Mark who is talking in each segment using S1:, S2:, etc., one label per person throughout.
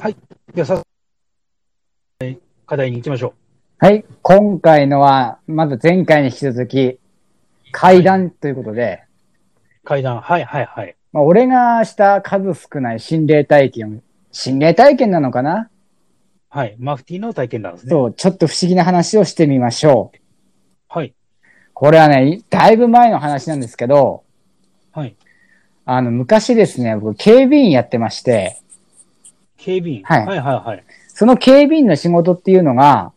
S1: はい。では、早速、課題に行きましょ
S2: はい。今回のは、まず前回に引き続き、階段ということで、
S1: う。階段。はい、はい、はい。
S2: まあ、俺がした数少ない心霊体験を、心霊体験なのかな、
S1: はい。マフティーの体験談ですね。
S2: そう、ちょっと不思議な話をしてみましょう。
S1: はい。
S2: これはね、だいぶ前の話なんですけど、
S1: はい。
S2: あの、昔ですね、僕、警備員やってまして、
S1: 警備員。
S2: はい
S1: はい、はい、はい。
S2: その警備員の仕事っていうのが、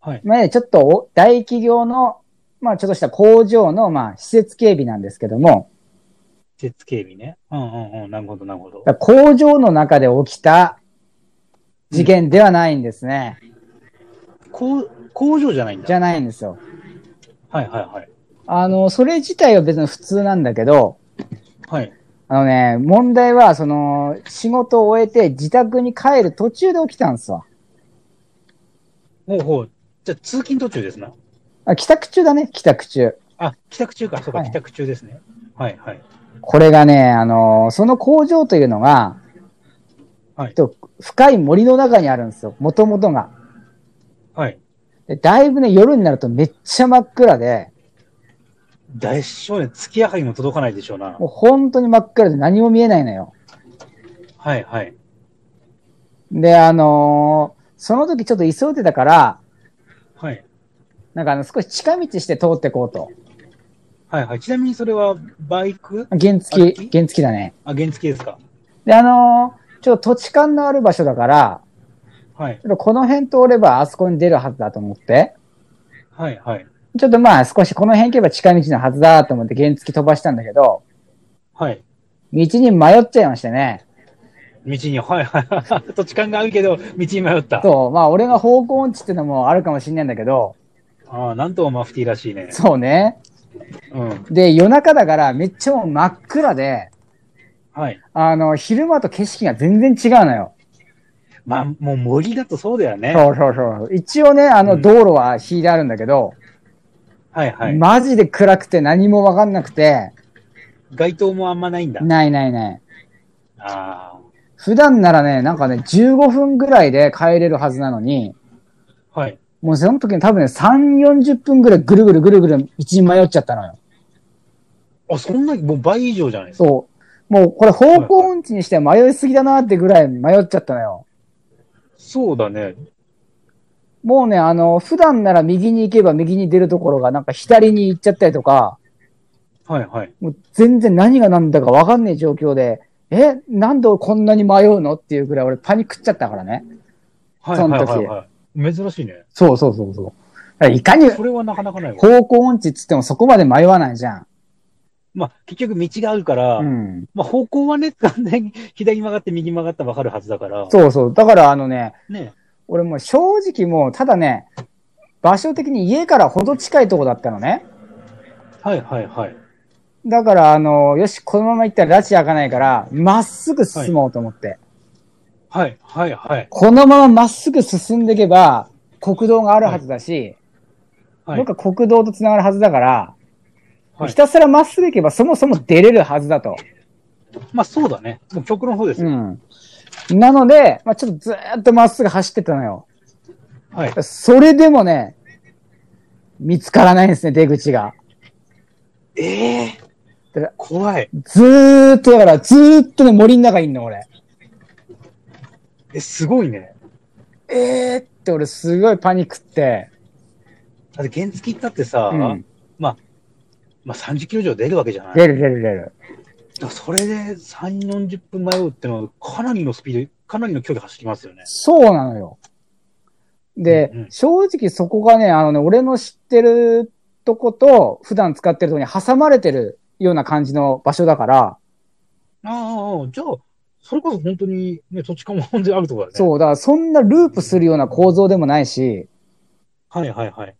S1: はい
S2: まあね、ちょっとお大企業の、まあちょっとした工場の、まあ施設警備なんですけども、
S1: 施設警備ね。うん、うん、うん。なるほど、なるほど。
S2: だから工場の中で起きた事件ではないんですね。
S1: こう工場じゃないんだ。
S2: じゃないんですよ。
S1: はい、はい、はい。
S2: あの、それ自体は別に普通なんだけど、
S1: はい。
S2: あのね、問題は、その、仕事を終えて自宅に帰る途中で起きたんですわ。
S1: ほうほう。じゃあ、通勤途中ですな。
S2: あ帰宅中だね、帰宅中。
S1: あ、帰宅中か。そうか、
S2: はい
S1: 帰宅中ですね。はい、はい。
S2: これがね、あの、その工場というのが、
S1: はい
S2: と深い森の中にあるんですよ、もともとが。
S1: はい。
S2: でだいぶね、夜になるとめっちゃ真っ暗で、
S1: 大少年、月明かりも届かないでしょうな。
S2: もう本当に真っ暗で何も見えないのよ。
S1: はい、はい。
S2: で、あのーその時ちょっと急いでたから、
S1: はい。
S2: なんかあの少し近道して通ってこうと。
S1: はい、はい。ちなみにそれは、バイク
S2: 原付き、原付きだね。
S1: あ、原付ですか。
S2: で、あのーちょっと土地勘のある場所だから、
S1: はい
S2: ち。ょっとこの辺通ればあそこに出るはずだと思って、
S1: はい、はい。
S2: ちょっとまあ少しこの辺行けば近道のはずだと思って原付き飛ばしたんだけど、
S1: はい。
S2: 道に迷っちゃいましてね。
S1: 道に、はい、はい。土地勘があるけど、道に迷った。
S2: そう、まあ俺が方向音痴ってのもあるかもしれないんだけど、
S1: ああ、なんともマフティーらしいね。
S2: そうね。
S1: うん。
S2: で、夜中だからめっちゃもう真っ暗で、
S1: はい。
S2: あの、昼間と景色が全然違うのよ。
S1: まあ、もう森だとそうだよね。
S2: そうそうそう。一応ね、あ
S1: う
S2: の
S1: ん
S2: 道路は引いてあるんだけど、
S1: はいはい。
S2: マジで暗くて何もわかんなくて、
S1: 街灯もあんまないんだ。
S2: ないないない。
S1: あ
S2: 普段ならね、なんかね、15分ぐらいで帰れるはずなのに、
S1: あ。はい。
S2: もうその時に多分ね、3、40分ぐらいぐるぐるぐるぐる道に迷っちゃったのよ。
S1: あ、そんな、もう倍以上じゃないですか。
S2: そう。もうこれ方向音痴にしては迷いすぎだなってぐらい迷っちゃったのよ。
S1: そうだね。
S2: もうね、あの、普段なら右に行けば右に出るところがなんか左に行っちゃったりとか、
S1: はいはい。
S2: もう全然何が何だかわかんない状況で、え、なんでこんなに迷うのっていうぐらい俺パニックっちゃったからね。
S1: はい
S2: そ
S1: は
S2: の
S1: い
S2: 時
S1: はい、はい。珍しいね。
S2: そうそうそうそう。いかに
S1: それはなかなかないわ。
S2: 方向音痴っつってもそこまで迷わないじゃん。
S1: まあ、結局道があるから、
S2: うん。
S1: まあ方向はね、完全に 左に曲がって右に曲がったらわかるはずだから。
S2: そうそう。だからあのね、
S1: ね。
S2: 俺もう正直もう、ただね、場所的に家からほど近いとこだったのね。
S1: はいはいはい。
S2: だから、あの、よし、このまま行ったら拉致開かないから、まっすぐ進もうと思って。
S1: はいはいはい。
S2: このまままっすぐ進んでいけば、国道があるはずだし、
S1: はい、
S2: 僕は国道と繋がるはずだから、
S1: はい
S2: ひたすらまっすぐ行けばそもそも出れるはずだと。
S1: まあそうだね。もう極論の方です
S2: う
S1: よ。
S2: ん。なので、まあ、ちょっとずーっとまっすぐ走ってったのよ。
S1: はい。
S2: それでもね、見つからないんですね、出口が。
S1: ええ
S2: で
S1: 怖い。
S2: ずーっと、だから、ずーっとね、森の中いんの、俺。
S1: え、すごいね。
S2: えーって、俺、すごいパニックって。
S1: だって原付行ったってさ、
S2: うん。
S1: まあ30キロ以上出るわけじゃない。
S2: 出る出る出る。
S1: だからそれで3、40分迷うってのは、かなりのスピード、かなりの距離走りますよね。
S2: そうなのよ。で、
S1: うんうん
S2: 正直そこがね、あのね、俺の知ってるとこと、普段使ってるとこに挟まれてるような感じの場所だから、
S1: ああ、じゃあ、それこそ本当に、ね、土地勘も本当にあるところだね。う。
S2: そう、だからそんなループするような構造でもないし、
S1: はいはいはい。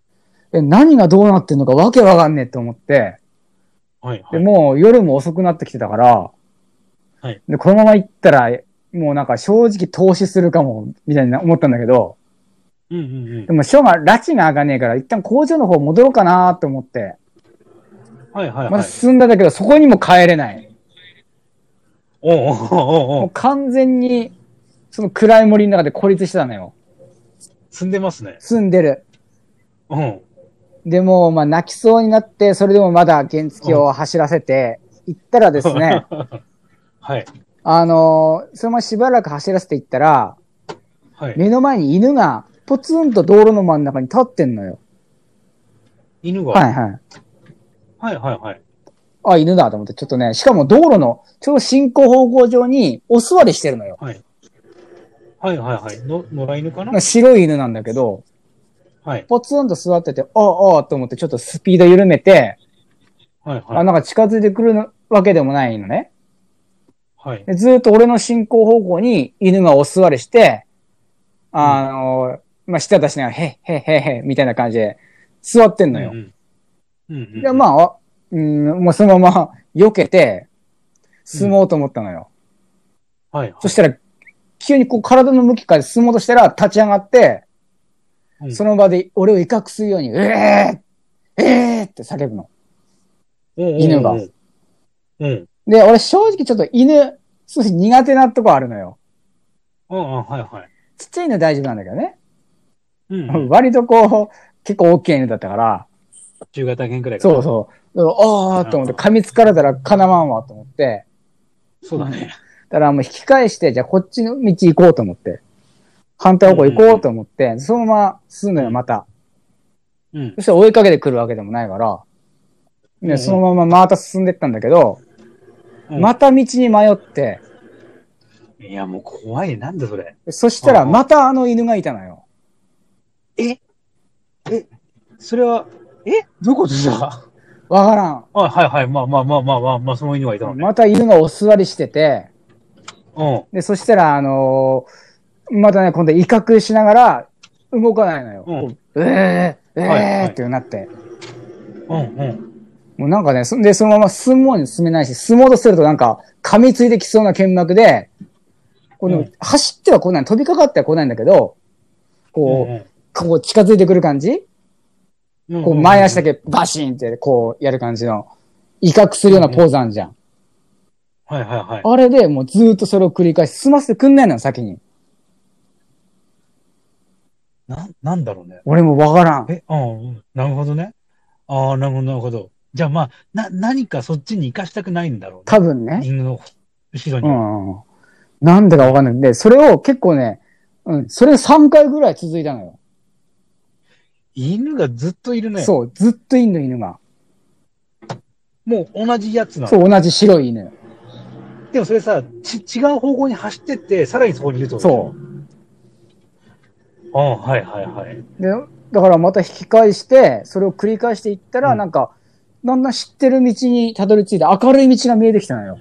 S2: え、何がどうなってんのかわけわかんねえと思って、
S1: はいは
S2: で、
S1: い。
S2: もう夜も遅くなってきてたから、
S1: はい
S2: で、このまま行ったら、もうなんか正直投資するかも、みたいな思ったんだけど、
S1: うんうんうん
S2: で。もしょうが、拉致が上がんねえから、一旦工場の方戻ろうかなと思って、
S1: はいはい
S2: ま
S1: は
S2: だ
S1: い。
S2: 進んだんだけど、そこにも帰れない。
S1: おうおうおうお
S2: も
S1: う
S2: う完全にその暗い森の中で孤立してたのよ。
S1: 積んでますね。
S2: 住んでる。
S1: うん。
S2: でも、まあ、泣きそうになって、それでもまだ原付を走らせて、行ったらです ね、
S1: はい。
S2: あのーそのまましばらく走らせて行ったら、
S1: はい。
S2: 目の前に犬が、ポツンと道路の真ん中に立ってんのよ。
S1: 犬が。
S2: はいはい。
S1: はいはいはい。
S2: あ、犬だと思って、ちょっとね、しかも道路の、ちょうど進行方向上に、お座りしてるのよ。
S1: はいはいはい。の、野良犬かな
S2: まあ白い犬なんだけど、
S1: はい。
S2: ポツンと座ってて、ああ、ああ、と思って、ちょっとスピード緩めて、
S1: はい
S2: あ、
S1: はい。
S2: なんか近づいてくるのわけでもないのね。
S1: はい。
S2: でずーっと俺の進行方向に犬がお座りして、あのー、まあ、舌出しながら、へっへっへっへっ、みたいな感じで、座ってんのよ。
S1: うんうん。うんうん
S2: で、まあ、あうん、もうそのまま避けて、進もうと思ったのよ。
S1: あ、はいはい。
S2: そしたら、急にこう体の向きから進もうとしたら、立ち上がって、
S1: うん
S2: その場で俺を威嚇するように、ええー、ええー、って叫ぶの。
S1: うんうんうん
S2: 犬が
S1: うん。うん。
S2: で、俺正直ちょっと犬、少し苦手なとこあるのよ。
S1: うんうん、はいはい。
S2: ちっちゃい犬大丈夫なんだけどね。
S1: うんうん。
S2: 割とこう、結構大きい犬だったから、
S1: 中型犬くらいかな
S2: そうそう。ああ、と思って、噛みつかれたらかなわんわと思って、
S1: そうだね。
S2: だからもう引き返して、じゃあこっちの道行こうと思って、反対方向行こうと思って、そのまま進むのよ、また。
S1: うん。
S2: そしたら追いかけてくるわけでもないから、
S1: うんう
S2: ね、
S1: ん
S2: そのまままた進んでったんだけど、
S1: うん
S2: また道に迷って、
S1: いや、もう怖いね。なんでそれ。
S2: そしたら
S1: うんうん
S2: またあの犬がいたのよ。
S1: それは、えどこでさ
S2: わからん。
S1: あ、はいはい。まあまあまあまあまあ、まあ、その犬はいたのね。
S2: また犬がお座りしてて、
S1: うん。
S2: で、そしたら、あのーまたね、今度威嚇しながら、動かないのよ。
S1: うん
S2: こうえー、えー、
S1: はいはい
S2: ってなって。
S1: うんうん。
S2: もうなんかね、そんで、そのまま進もうに進めないし、進もうとするとなんか、噛みついてきそうな剣幕で、この、
S1: うん
S2: 走っては来ない、飛びかかっては来ないんだけど、こう、こう近づいてくる感じ
S1: うんうん、
S2: こう前足だけバシンってこうやる感じの、威嚇するようなポーズあんじゃん。
S1: はいはいはい。
S2: あれでもうずーっとそれを繰り返し、進ませてくんないのよ、先に。
S1: な、なんだろうね。
S2: 俺もわからん。
S1: え、うんうん。なるほどね。ああ、なるほど、なるほど。じゃあまあ、な、何かそっちに行かしたくないんだろう
S2: 多分ね
S1: ね。。犬の後ろ
S2: う
S1: に。
S2: んうん。なんでかわかんない。で、それを結構ね、うん、それ3回ぐらい続いたのよ。
S1: 犬がずっといるね。
S2: そう、ずっといんの犬が。
S1: もう同じやつなの。
S2: そう、同じ白い犬。
S1: でもそれさ、ち、違う方向に走ってって、さらにそこにいるってこと。
S2: そう
S1: ああ、はいはいはい。
S2: う。で、だからまた引き返して、それを繰り返していったら、
S1: うん
S2: なんか、だんだん知ってる道にたどり着いて、明るい道が見えてきたのよ。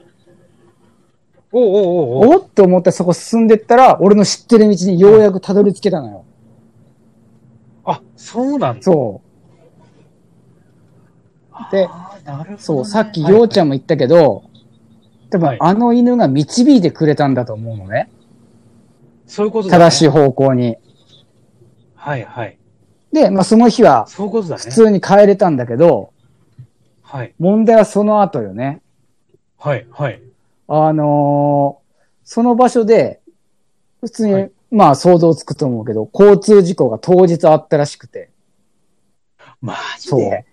S1: おうおうおうおう
S2: おっと思ってそこ進んでったら、俺の知ってる道にようやくたどり着けたのよ。
S1: あ、そうなんだ。
S2: そで
S1: あーなるほどね
S2: う。そう、さっき、ようちゃんも言ったけど、多
S1: は
S2: 分
S1: い
S2: あの犬が導いてくれたんだと思うのね。
S1: そういうことだ、ね。
S2: 正しい方向に。
S1: はいはい。
S2: で、まあその日は、
S1: そういうことだね。
S2: 普通に帰れたんだけど、
S1: はい。
S2: 問題はその後よね。
S1: はいはい。
S2: あのーその場所で、普通に、
S1: はい
S2: まあ想像つくと思うけど、交通事故が当日あったらしくて。
S1: マジ
S2: そ
S1: で。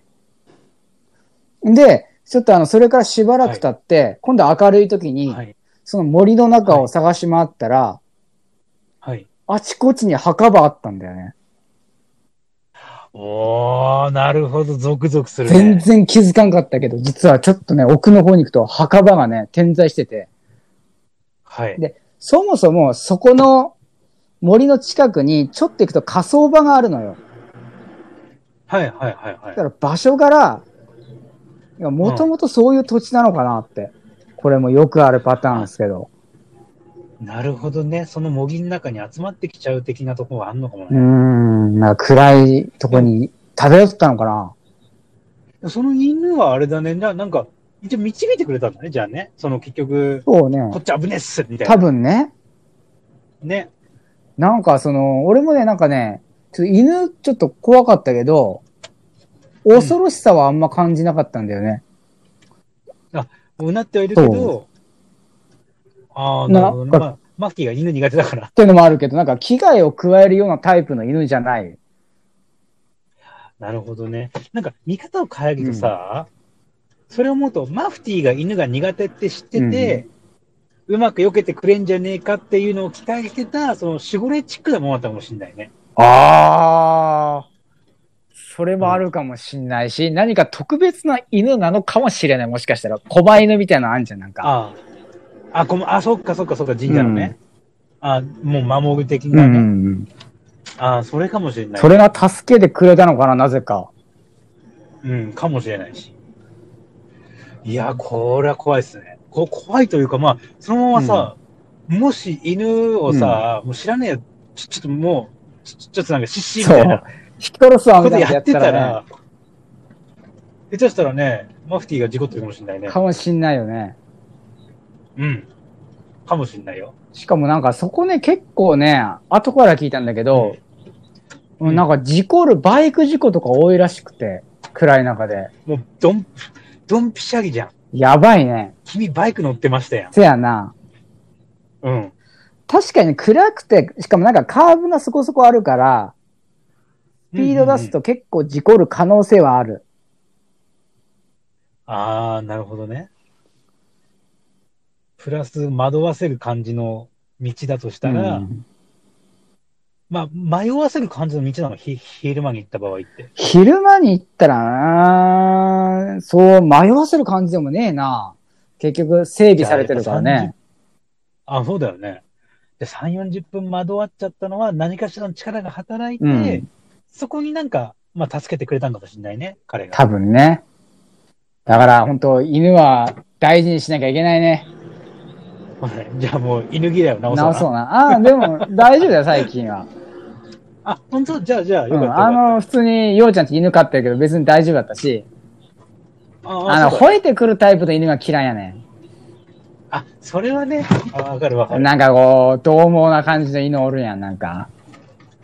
S2: う。で、ちょっとあの、それからしばらく経って、今度明るい時に、
S1: はい。
S2: その森の中を探し回ったら、
S1: はい。
S2: あちこちに墓場あったんだよね。
S1: おー、なるほど、ゾクゾクするね。
S2: 全然気づかんかったけど、実はちょっとね、奥の方に行くと墓場がね、点在してて、
S1: はい。
S2: そもそもそこの森の近くにちょっと行くと火葬場があるのよ。
S1: はいはいはいは
S2: だ
S1: い。
S2: から場所から、もともとそういう土地なのかなって。これもよくあるパターンですけど。
S1: なるほどね。その模擬の中に集まってきちゃう的なところがあんのかも
S2: うー
S1: ね。
S2: ん、なんか暗いとこに漂ったのかな。
S1: その犬はあれだね。ななんか、一応導いてくれたんだね、じゃあね。その結局、
S2: そうね。
S1: こっち危ねえっす、みたい
S2: 多
S1: な。
S2: 分ね。
S1: ね。
S2: なんかその、俺もね、なんかね、ちょっと犬ちょっと怖かったけど、
S1: ん
S2: 恐ろしさはあんま感じなかったんだよね。
S1: うなってはいるけど、ああ、なるほどね。
S2: なん
S1: ま
S2: か
S1: あ、マッキーが犬苦手だから。
S2: というのもあるけど、なんか危害を加えるようなタイプの犬じゃない。
S1: なるほどね。なんか見方を変えるとさ、それを思うと、マフティーが犬が苦手って知ってて、うまく避けてくれんじゃねえかっていうのを期待してた、その守護霊チックなものだったかもしれないね。
S2: ああ。それはあるかもしんないし、何か特別な犬なのかもしれない。もしかしたら、小犬みたいなのあんじゃん、なんか。
S1: ああ。あ、このあ、そっかそっかそっか、神社のね。あもう守る的
S2: うんう
S1: なね。
S2: んうん。
S1: あそれかもしれない。
S2: それが助けてくれたのかな、なぜか。
S1: うん、かもしれないし。いや、これは怖いですね。こ怖いというか、まあ、そのままさ、もし犬をさ、もう知らねえよ、ちょちょっともう、ちょちょっとなんか失神みたいな
S2: 引き殺すわ、
S1: こ
S2: み
S1: と
S2: たいな
S1: や
S2: のや
S1: っ
S2: ってて
S1: た
S2: たらね。
S1: ら、下手したらね、マフティーが事故ってるかもしれないね
S2: か。もしんないよね。
S1: うん。かもしれないよ。
S2: しかもなんかそこね、結構ね、後から聞いたんだけ
S1: う
S2: ど、
S1: ん
S2: うんなんか事故る、バイク事故とか多いらしくて、暗い中で。
S1: もう、どん、どんぴしゃぎじゃん。
S2: やばいね。
S1: 君バイク乗ってましたやん。
S2: せやな。
S1: うん。
S2: 確かに暗くて、しかもなんかカーブがそこそこあるから、スピード出す
S1: うんうんうん。
S2: と結構事故る可能性はある。
S1: ああ、なるほどね。プラス惑わせる感じの道だとしたら、
S2: うん
S1: まあ、迷わせる感じの道なの、ひ昼間に行った場合って。
S2: 昼間に行ったらな、そう迷わせる感じでもねえな。結局整備されてるから
S1: じゃあやっ
S2: ね。
S1: ぱ30あ、そうだよね。で、3、40分惑わっちゃったのは何かしらの力が働いて、
S2: うん
S1: そこになんか、まあ、助けてくれたのかもしれないね、彼が。
S2: 多分ね。だから本当犬は大事にしなきゃいけないね。
S1: はい じゃあもう犬嫌いを直そうな
S2: 直そうな。ああ、でも大丈夫だよ、最近は。
S1: あ、本当じゃあ、じゃあ、
S2: う
S1: よかっ
S2: ん、
S1: た。
S2: あの、普通に、ようちゃんって犬飼ってるけど、別に大丈夫だったし、
S1: の
S2: あ
S1: あ
S2: の、
S1: そうだ
S2: 吠えてくるタイプの犬が嫌いやね
S1: あ、それはね、あわかるわか
S2: ん。
S1: る。
S2: なんかこう、獰猛な感じの犬おるやん、なんか。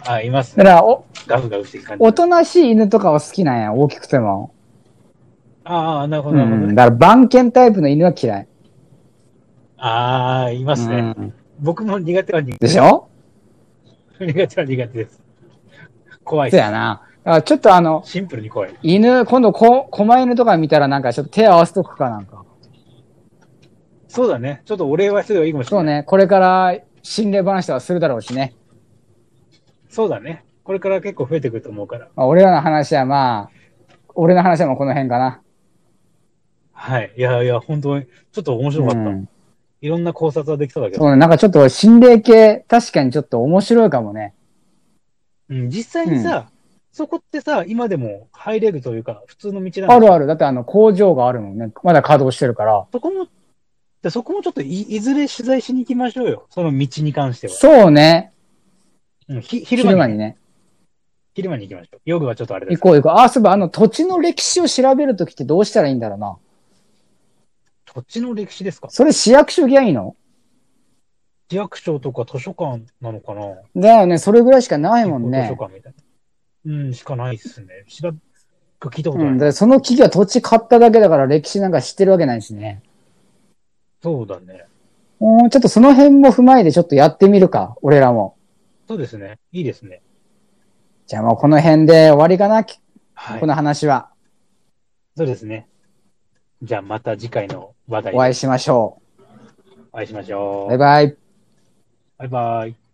S1: あ、います
S2: だ
S1: ね。
S2: から、お、
S1: ガフガフしていく感じ。
S2: おとなしい犬とかは好きなんや、大きくても。
S1: ああ、なるほど、
S2: う
S1: なるほど
S2: ん。
S1: ね。
S2: だから、番犬タイプの犬は嫌い。
S1: ああ、います
S2: う
S1: ね。
S2: ん
S1: 僕も苦手は苦
S2: でしょ
S1: 手、 苦手は苦手です。怖い
S2: そう
S1: です。
S2: やな。だから、ちょっとあの、
S1: シンプルに怖い。
S2: 犬、今度こ、狛犬とか見たら、なんかちょっと手合わせとくかなんか。
S1: そうだね。ちょっとお礼はしておいいかもしれ
S2: そう
S1: ない。
S2: ね、これから、心霊話とかするだろうしね。
S1: そうだね。これから結構増えてくると思うから。
S2: まあ、俺らの話はまあ、俺の話はもうこの辺かな。
S1: はい。いやいや、本当に、ちょっと面白かった。
S2: うん
S1: いろんな考察はできそうだけ
S2: そ
S1: ど。
S2: うね、なんかちょっと心霊系、確かにちょっと面白いかもね。
S1: うん、実際にさ、そこってさ、今でも入れるというか、普通の道なん
S2: あるあ
S1: る。
S2: る。だってあの工場があるもんね。まだ稼働してるから。
S1: そこも、でそこもちょっとい、いずれ取材しに行きましょうよ。その道に関しては。
S2: そうね。
S1: うん、ひ昼間に
S2: 昼間にね。
S1: 昼間に行きましょう。夜はちょっとあれだけ
S2: 行
S1: ど
S2: こう行こう。あ、そういえばあの土地の歴史を調べるときってどうしたらいいんだろうな。
S1: 土地の歴史ですか
S2: それ市役所行きゃいいの
S1: 市役所とか図書館なのかな
S2: だよね。それぐらいしかないもん
S1: 図書
S2: ね。
S1: 館みたいな。うん、しかないっすね。知ら、聞いたこと
S2: う
S1: ない。
S2: ん。で、その木が土地買っただけだから歴史なんか知ってるわけないしね。
S1: そうだね。
S2: うん、ちょっとその辺も踏まえてちょっとやってみるか。俺らも。
S1: そうですね。いいですね。
S2: じゃあもうこの辺で終わりかな。き
S1: はい
S2: こ。の話は。
S1: そうですね。じゃあまた次回の話題
S2: お
S1: で
S2: 会いしましょ
S1: お会いしまし
S2: う。
S1: ょ
S2: バイ
S1: う。
S2: バ
S1: バ
S2: イ。
S1: イバイ。